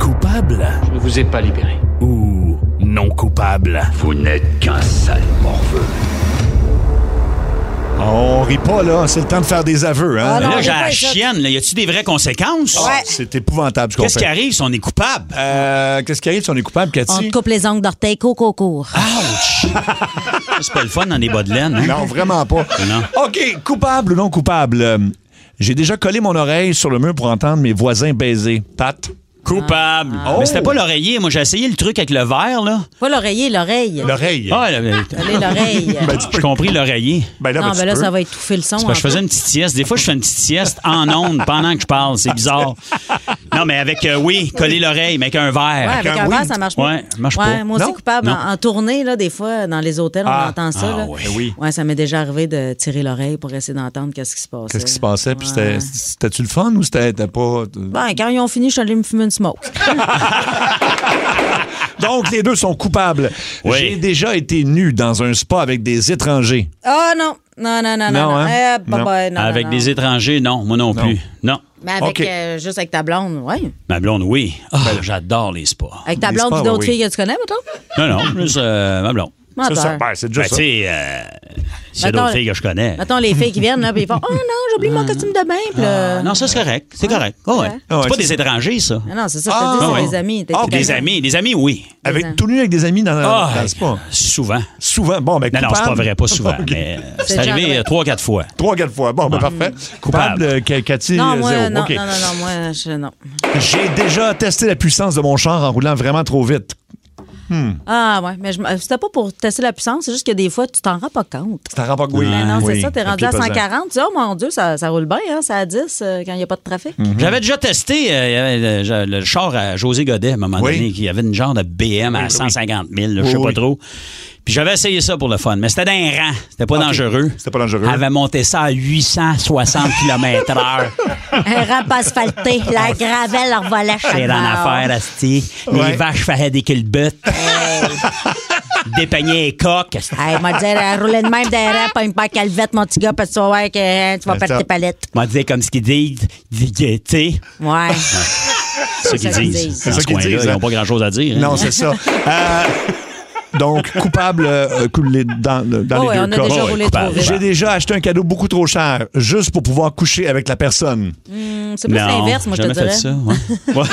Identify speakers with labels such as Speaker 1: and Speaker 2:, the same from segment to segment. Speaker 1: coupable
Speaker 2: Je ne vous ai pas libéré.
Speaker 1: ou non coupable?
Speaker 2: Vous n'êtes qu'un sale morveux.
Speaker 3: Ah, On rit pas, là. C'est le temps de faire des aveux, hein?
Speaker 4: Ah, non.
Speaker 5: Là, j'ai
Speaker 4: on est
Speaker 5: la
Speaker 4: pas ici.
Speaker 5: chienne. Là. Y a-tu des vraies conséquences?
Speaker 4: Ouais.
Speaker 3: C'est épouvantable, ce qu'on
Speaker 5: Qu'est-ce qui
Speaker 3: fait.
Speaker 5: arrive si on est coupable?
Speaker 3: Euh, Qu'est-ce qui arrive si on est coupable,
Speaker 4: On
Speaker 3: Cathy?
Speaker 4: te coupe les ongles d'orteil, coco court.
Speaker 3: Ah.
Speaker 5: Ouch! c'est pas le fun dans des bas de laine. hein?
Speaker 3: Non, vraiment pas.
Speaker 5: Non.
Speaker 3: OK, coupable ou non coupable? Euh, J'ai déjà collé mon oreille sur le mur pour entendre mes voisins baiser. Pat?
Speaker 5: Coupable.
Speaker 3: Ah.
Speaker 5: Mais c'était pas
Speaker 3: Oh.
Speaker 5: l'oreiller. Moi, j'ai essayé le truc avec le verre, là.
Speaker 4: Pas l'oreiller, l'oreille.
Speaker 3: L'oreille.
Speaker 5: Ah, là, ben,
Speaker 4: Coller l'oreille.
Speaker 3: Ben, tu
Speaker 5: j'ai
Speaker 3: peux-
Speaker 5: compris l'oreiller.
Speaker 3: ben là,
Speaker 4: non,
Speaker 3: ben,
Speaker 4: ben
Speaker 3: tu
Speaker 4: là,
Speaker 3: peux.
Speaker 4: ça va étouffer le son.
Speaker 5: C'est parce que je faisais une petite sieste. Des fois, je fais une petite sieste en ondes pendant que je parle. C'est bizarre. Non, mais avec, euh, oui, coller l'oreille, mais avec un
Speaker 4: Ouais,
Speaker 5: verre.
Speaker 4: avec
Speaker 3: un
Speaker 4: un verre,
Speaker 3: wing.
Speaker 4: ça marche pas.
Speaker 5: Ouais, marche pas.
Speaker 4: Moi aussi,
Speaker 3: Non?
Speaker 4: coupable.
Speaker 5: Non.
Speaker 4: En, en tournée, là, des fois, dans les hôtels,
Speaker 3: Ah.
Speaker 4: on entend ça.
Speaker 5: Ah,
Speaker 4: là.
Speaker 5: ouais.
Speaker 3: oui.
Speaker 4: Ouais, ça m'est déjà arrivé de tirer l'oreille pour essayer d'entendre qu'est-ce qui se passait.
Speaker 3: Qu'est-ce qui se passait? Puis c'était-
Speaker 4: Ouais.
Speaker 3: c'était-tu le fun ou c'était t'as pas.
Speaker 4: Ben, quand ils ont fini, je suis allé me fumer une smoke.
Speaker 3: Donc, les deux sont coupables.
Speaker 5: Oui.
Speaker 3: J'ai déjà été nu dans un spa avec des étrangers.
Speaker 4: Ah non, non, non, non, non.
Speaker 3: Non,
Speaker 4: non.
Speaker 3: hein?
Speaker 4: Eh, bye
Speaker 3: Non.
Speaker 4: bye, non,
Speaker 5: avec
Speaker 4: non, non.
Speaker 5: des étrangers, non. Moi non, plus. Non.
Speaker 4: Mais
Speaker 3: OK.
Speaker 4: avec, euh, juste avec ta blonde, oui.
Speaker 5: Ma blonde, oui. Ah,
Speaker 3: Ben,
Speaker 5: j'adore les spas.
Speaker 4: Avec ta
Speaker 3: Des
Speaker 4: blonde
Speaker 3: sports,
Speaker 4: ou d'autres
Speaker 3: oui.
Speaker 4: filles que tu connais, mettons?
Speaker 5: Non, non, juste euh, ma blonde.
Speaker 3: Ça, ça,
Speaker 4: Menteur.
Speaker 3: ben, c'est déjà
Speaker 5: Ben, tu
Speaker 3: ça.
Speaker 5: sais, euh, c'est
Speaker 4: Mettons-
Speaker 5: d'autres filles que je connais.
Speaker 4: Mettons les filles qui viennent, là, puis ils font Oh non, j'ai oublié mon costume de bain, puis là.
Speaker 5: Ah, non, ça, c'est correct. C'est correct. Ah ouais.
Speaker 3: Ah ouais,
Speaker 5: C'est pas
Speaker 3: c'est-
Speaker 5: des étrangers, ça.
Speaker 4: Ah Euh, non, c'est ça, je te dis,
Speaker 3: Ah,
Speaker 4: c'est
Speaker 3: ouais.
Speaker 4: des amis. t'es-
Speaker 3: Ah,
Speaker 4: t'es-
Speaker 5: Des amis. Des amis, oui.
Speaker 4: Ben,
Speaker 3: Avec, tout nu avec des amis dans,
Speaker 5: Ah,
Speaker 3: dans le spa.
Speaker 5: souvent.
Speaker 3: Souvent. Bon, ben,
Speaker 5: Non, non,
Speaker 3: coupable.
Speaker 5: c'est pas vrai, pas souvent. Mais euh, c'est
Speaker 4: C'est déjà
Speaker 5: arrivé
Speaker 4: vrai.
Speaker 5: euh, trois, quatre fois.
Speaker 3: Trois, quatre fois. Bon, ben, parfait. Coupable,
Speaker 5: Coupable.
Speaker 3: euh, Ca- Cathy,
Speaker 4: Non,
Speaker 3: euh,
Speaker 4: moi,
Speaker 3: zéro.
Speaker 4: non,
Speaker 3: OK.
Speaker 4: non, non, non, moi, je, non.
Speaker 3: J'ai déjà testé la puissance de mon char en roulant vraiment trop vite.
Speaker 4: Ah, ouais, mais je m- c'était pas pour tester la puissance, c'est juste que des fois, tu t'en rends pas compte.
Speaker 3: Tu t'en rends pas compte.
Speaker 4: Mais Ah non, c'est
Speaker 3: Ah, Oui.
Speaker 4: ça, t'es rendu à
Speaker 3: Papier pesant.
Speaker 4: 140, tu dis, oh mon Dieu, ça, ça roule bien, hein, ça à 10 euh, quand il n'y a pas de trafic.
Speaker 3: Hmm. Mhm.
Speaker 5: J'avais déjà testé euh, il y avait le, le char à José Godet à un moment
Speaker 3: Oui.
Speaker 5: donné, qui avait une genre de BM à 150 000, là, je sais
Speaker 3: Oui,
Speaker 5: pas
Speaker 3: oui.
Speaker 5: trop. Puis j'avais essayé ça pour le fun, mais c'était dans un rang. C'était pas dangereux.
Speaker 3: C'était pas dangereux.
Speaker 5: Elle avait monté ça à 860 km/h.
Speaker 4: Un rampe asphalté, la gravelle leur volait chaque
Speaker 5: C'est dans
Speaker 4: bord.
Speaker 5: l'affaire, Asti.
Speaker 3: Ouais.
Speaker 5: Les vaches faisaient des culbutes. Dépeignaient les coques. asti.
Speaker 4: Hey, m'a dit, euh, rouler de même derrière, pas une paire calvette, mon petit gars, parce que tu vas voir que hein, tu vas
Speaker 3: Ben,
Speaker 4: perdre
Speaker 3: ça-
Speaker 4: tes palettes.
Speaker 5: On disait comme ce qu'ils disent, dis- tu sais,
Speaker 4: Ouais.
Speaker 5: ce qu'ils
Speaker 4: ça qu'ils
Speaker 5: disent.
Speaker 4: disent.
Speaker 3: ça
Speaker 5: Dans ce
Speaker 3: qu'ils
Speaker 5: coin-là,
Speaker 3: disent,
Speaker 5: ils
Speaker 3: hein.
Speaker 5: n'ont pas grand-chose à dire. hein.
Speaker 3: Non, c'est ça. Euh, donc, coupable euh, cou- les- dans, dans
Speaker 4: Oh, ouais,
Speaker 3: les
Speaker 4: on
Speaker 3: deux
Speaker 4: a
Speaker 3: cas.
Speaker 4: déjà
Speaker 5: ouais,
Speaker 4: roulé trop
Speaker 5: coupable.
Speaker 4: vite.
Speaker 3: J'ai déjà acheté un cadeau beaucoup trop cher juste pour pouvoir coucher avec la personne.
Speaker 4: Hum, C'est plus l'inverse, moi, je te
Speaker 5: jamais fait
Speaker 4: dirais.
Speaker 5: ça, ouais.
Speaker 3: Ouais.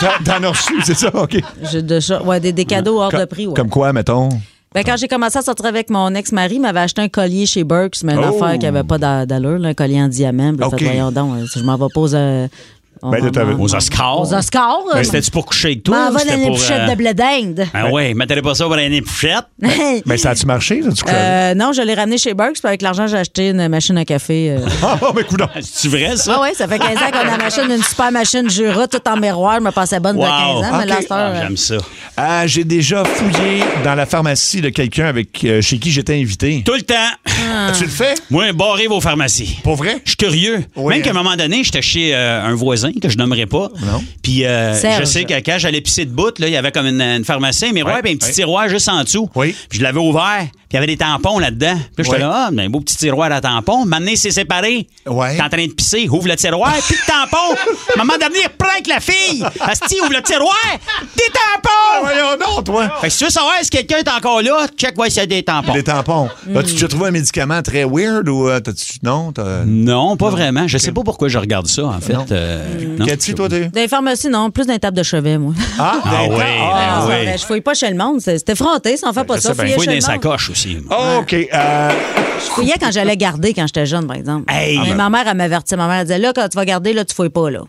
Speaker 3: T'en- T'en as reçu, c'est ça? OK.
Speaker 4: J'ai déjà- ouais, des, des cadeaux hors de prix, ouais.
Speaker 3: Comme quoi, mettons?
Speaker 4: Ben, quand j'ai commencé à sortir avec mon ex-mari, il m'avait acheté un collier chez Burks, mais une
Speaker 3: Oh!
Speaker 4: affaire qui avait pas d'a- d'allure, là, un collier en diamant. Puis là,
Speaker 3: OK.
Speaker 4: fait, voyons donc, euh, si je m'en vais pas aux, euh, on-
Speaker 3: Ben, là, t'avais-
Speaker 4: on-
Speaker 5: Aux Oscars.
Speaker 4: Aux Oscars.
Speaker 5: Mais
Speaker 4: euh,
Speaker 5: c'était-tu pour coucher avec toi?
Speaker 4: M'en
Speaker 5: ou
Speaker 4: va
Speaker 5: Ben, c'était
Speaker 4: dans les
Speaker 5: pour,
Speaker 4: pochettes
Speaker 5: euh,
Speaker 4: de blé d'Inde.
Speaker 5: Ah ouais, mettez pas ça pour une pochette.
Speaker 3: Mais Ben, ça a-tu marché? là, du coup?
Speaker 4: Euh, non, je l'ai ramené chez Burks, puis avec l'argent, j'ai acheté une machine à café. euh.
Speaker 3: Ah, mais coudonc.
Speaker 5: C'est-tu vrai, ça?
Speaker 4: Ah oui, ça fait 15 ans qu'on a machine, une super machine Jura, tout en miroir. Je me passais bonne de 15 ans, mais
Speaker 3: OK.
Speaker 4: là, à cette heure,
Speaker 5: Ah,
Speaker 4: euh,
Speaker 5: J'aime ça.
Speaker 3: Ah, j'ai déjà fouillé dans la pharmacie de quelqu'un avec euh, chez qui j'étais invité.
Speaker 5: Tout le temps.
Speaker 4: Ah.
Speaker 3: Tu le fais?
Speaker 5: Moi, barrez vos pharmacies.
Speaker 3: Pour vrai?
Speaker 5: Je suis curieux.
Speaker 3: Oui,
Speaker 5: Même qu'à
Speaker 3: hein.
Speaker 5: un moment donné, j'étais chez euh, un voisin que je nommerai pas.
Speaker 3: Non.
Speaker 5: Puis euh,
Speaker 4: Serge.
Speaker 5: je sais que quand j'allais pisser de bout, là, il y avait comme une, une pharmacie, un miroir,
Speaker 3: Ouais,
Speaker 5: puis un petit
Speaker 3: ouais.
Speaker 5: tiroir juste en dessous.
Speaker 3: Oui.
Speaker 5: Puis je l'avais ouvert, puis il y avait des tampons là-dedans. Puis j'étais
Speaker 3: Ouais.
Speaker 5: là, ah, ben, un beau petit tiroir à tampons. Maintenant, c'est séparé.
Speaker 3: Ouais.
Speaker 5: T'es en train de pisser, ouvre le tiroir, puis de tampons. Maman d'avenir, prends avec la fille. Asti, ouvre le tiroir, des tampons.
Speaker 3: Ah, Voyons non, toi!
Speaker 5: Fait que si tu veux savoir si quelqu'un est encore là, check voir s'il y a des tampons.
Speaker 3: Des tampons.
Speaker 5: Hmm.
Speaker 3: As-tu déjà trouvé un médicament très weird ou euh, t'as-tu. Non, t'as.
Speaker 5: Non, pas vraiment. Je sais pas pourquoi je regarde ça, en fait.
Speaker 3: Non.
Speaker 5: Euh, non.
Speaker 3: Cathy, toi, t'es.
Speaker 4: dans les pharmacies, non, plus dans les tables de chevet, moi.
Speaker 3: Ah,
Speaker 5: Ah
Speaker 3: des-
Speaker 4: Ah,
Speaker 5: oui, ben
Speaker 4: c'est
Speaker 5: oui. Ben,
Speaker 4: vrai, Je fouille pas chez le monde. C'est- C'était fronté, ça, on fait pas
Speaker 3: je
Speaker 4: ça.
Speaker 3: sais bien.
Speaker 4: Fouiller chez
Speaker 5: Fouille dans
Speaker 4: le
Speaker 5: les
Speaker 4: monde.
Speaker 5: sacoches aussi. moi.
Speaker 3: OK. euh,
Speaker 4: Je fouillais quand j'allais garder quand j'étais jeune, par exemple. Ah,
Speaker 5: Hey!
Speaker 4: Mais ma mère, elle m'avertit. Ma mère, elle disait, là, quand tu vas garder, là, tu fouilles pas, là.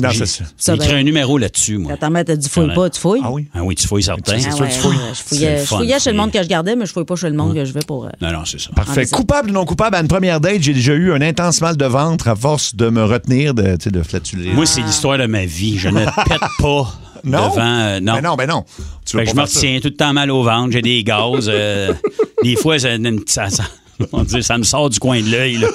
Speaker 3: Non, c'est ça.
Speaker 4: Ça,
Speaker 5: J'ai écrit
Speaker 4: ben,
Speaker 5: un numéro là-dessus, moi.
Speaker 4: Quand ta mère t'a dit, fouille
Speaker 5: Ah,
Speaker 4: pas, tu fouilles.
Speaker 3: Ah oui.
Speaker 5: Ah oui, tu fouilles certain.
Speaker 4: Ah
Speaker 3: sûr que
Speaker 4: ouais,
Speaker 3: tu fouilles.
Speaker 4: ouais, Je
Speaker 5: C'est
Speaker 4: fouillais,
Speaker 5: le
Speaker 4: je
Speaker 5: fun,
Speaker 4: fouillais chez le
Speaker 5: fouiller.
Speaker 4: monde que je gardais, mais je fouillais pas chez le monde que je vais pour. euh,
Speaker 5: Non, non, c'est ça.
Speaker 3: Parfait. Ah, Coupable ou non coupable, à une première date, j'ai déjà eu un intense mal de ventre à force de me retenir, de, tu sais, de flatuler.
Speaker 5: Moi, c'est l'histoire de ma vie. Je ne pète pas
Speaker 3: non?
Speaker 5: devant... euh, non.
Speaker 3: Ben non, ben non. Tu veux
Speaker 5: Fait que
Speaker 3: pas
Speaker 5: je me
Speaker 3: faire ça.
Speaker 5: retiens tout le temps mal au ventre. J'ai des gaz. euh, des fois, ça, ça, ça- on dit, ça me sort du coin de l'œil. là.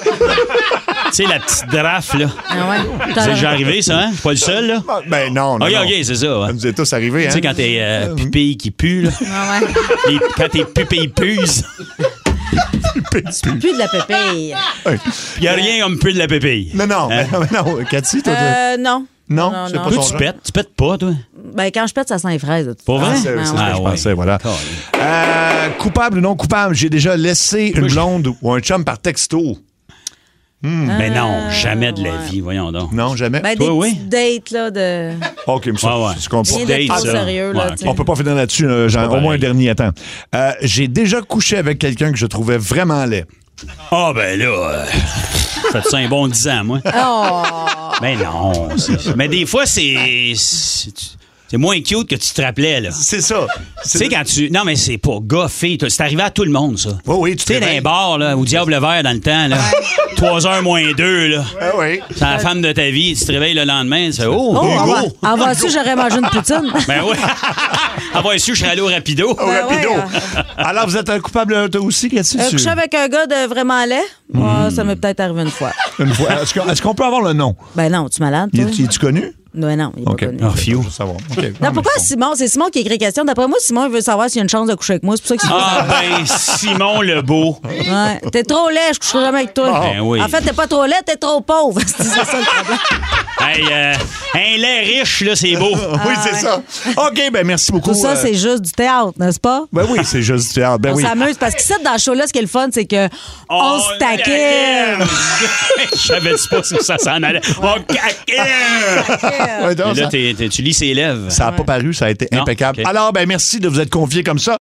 Speaker 5: tu sais, la petite drafe, là.
Speaker 4: Ah ouais.
Speaker 5: C'est déjà arrivé, ça, hein? Je suis pas le seul, là?
Speaker 3: Ah, Ben non, non.
Speaker 5: OK,
Speaker 3: non.
Speaker 5: OK, c'est ça. ouais.
Speaker 3: Ça nous est tous arrivé,
Speaker 5: Tu
Speaker 3: hein?
Speaker 5: sais, quand t'es euh, pupille qui pue, là.
Speaker 4: Ah ouais.
Speaker 5: Les- quand tes pupilles puent,
Speaker 4: Plus de la pépille.
Speaker 5: il y a rien comme plus de la pépille. hein?
Speaker 3: Non, non, ben non, ben non. Cathy, toi, t'es-
Speaker 4: Euh, non.
Speaker 3: Non,
Speaker 4: non,
Speaker 3: c'est
Speaker 4: non.
Speaker 3: pas
Speaker 5: Toi,
Speaker 3: ton
Speaker 5: tu
Speaker 3: genre.
Speaker 5: pètes. Tu pètes pas, toi?
Speaker 4: Ben, quand je pète, ça sent les fraises. de toute
Speaker 5: Pour vrai?
Speaker 4: façon.
Speaker 3: C'est
Speaker 4: Ouais,
Speaker 3: c'est ce
Speaker 4: ouais.
Speaker 3: que
Speaker 5: Ah
Speaker 3: je
Speaker 5: ouais.
Speaker 3: pensais, voilà. Euh, coupable ou non coupable, j'ai déjà laissé une blonde ou un chum par texto.
Speaker 5: Mais non, jamais de
Speaker 4: Ah.
Speaker 5: la
Speaker 4: ouais.
Speaker 5: vie, voyons donc.
Speaker 3: Non, jamais.
Speaker 4: Ben, des
Speaker 5: Toi, oui.
Speaker 4: petites dates, là, de.
Speaker 3: OK, mais ça,
Speaker 5: Ouais, ouais.
Speaker 3: tu comprends.
Speaker 4: Rien
Speaker 5: Date,
Speaker 4: d'être trop
Speaker 5: ça.
Speaker 4: sérieux,
Speaker 5: Ouais,
Speaker 4: là.
Speaker 5: ok.
Speaker 4: tu sais.
Speaker 3: On peut pas finir là-dessus, euh, genre, au moins un
Speaker 5: pareil.
Speaker 3: dernier temps. Euh, j'ai déjà couché avec quelqu'un que je trouvais vraiment laid.
Speaker 5: Ah, ben là, euh, ça fait un bon 10 ans, moi.
Speaker 4: Oh!
Speaker 5: Mais non. c'est- Mais des fois, c'est. C'est c'est moins cute que tu te rappelais, là.
Speaker 3: C'est ça.
Speaker 5: Tu sais, quand tu. Non, mais c'est pas gars, fille. t'as- C'est arrivé à tout le monde, ça.
Speaker 3: Oui, oui, tu
Speaker 5: Tu sais, dans les bars, là, au Diable Vert, dans le temps, là. 3 heures moins 2, là.
Speaker 3: Ah oui.
Speaker 5: C'est la femme de ta vie. Tu te réveilles le lendemain, tu fais Oh!
Speaker 4: Oh,
Speaker 3: Hugo.
Speaker 4: en voici, j'aurais mangé une poutine.
Speaker 5: Ben oui. Avoir su, je serais allé au rapido.
Speaker 3: Au
Speaker 4: Ben
Speaker 3: rapido.
Speaker 4: ouais,
Speaker 3: Alors, vous êtes un coupable, toi aussi, qu'est-ce
Speaker 4: Euh,
Speaker 3: que tu...
Speaker 4: coucher avec un gars de vraiment laid, moi, ça m'est peut-être arrivé une fois.
Speaker 3: Une fois. Est-ce qu'on est-ce qu'on peut avoir le nom?
Speaker 4: Ben non, tu es malade,
Speaker 3: Il
Speaker 4: toi?
Speaker 3: est- Es-tu connu?
Speaker 4: Ben non, il est
Speaker 3: OK.
Speaker 4: pas connu.
Speaker 5: Ah, fiou.
Speaker 3: Je veux savoir. OK.
Speaker 4: Non,
Speaker 3: mais
Speaker 4: pourquoi
Speaker 3: je comprends.
Speaker 4: Simon? C'est Simon qui écrit question. D'après moi, Simon, il veut savoir s'il y a une chance de coucher avec moi. C'est pour ça que
Speaker 5: Ah, ben, Simon Lebeau.
Speaker 4: Ouais. T'es trop laid, je coucherai jamais avec toi.
Speaker 5: Ben oui.
Speaker 4: En fait, t'es pas trop laid, t'es trop pauvre. c'est ça le problème.
Speaker 5: Hey, euh, un lait riche, là, c'est beau.
Speaker 3: Oui, c'est ça. OK, ben merci beaucoup.
Speaker 4: Ah Tout ça,
Speaker 3: euh,
Speaker 4: c'est juste du théâtre, n'est-ce pas?
Speaker 3: Ben oui, c'est juste du théâtre. Ben
Speaker 4: on
Speaker 3: oui.
Speaker 4: s'amuse parce qu'ici, dans le show-là, ce qui est le fun, c'est que on se taquine.
Speaker 5: Je savais pas si ça s'en allait. On taquine!
Speaker 3: Ouais, non,
Speaker 5: Et
Speaker 3: ça
Speaker 5: Là, t'es- t'es- tu lis ses lèvres.
Speaker 3: n'a pas paru, ça a été
Speaker 5: Non,
Speaker 3: impeccable.
Speaker 5: OK.
Speaker 3: Alors, ben merci de vous être confié comme ça.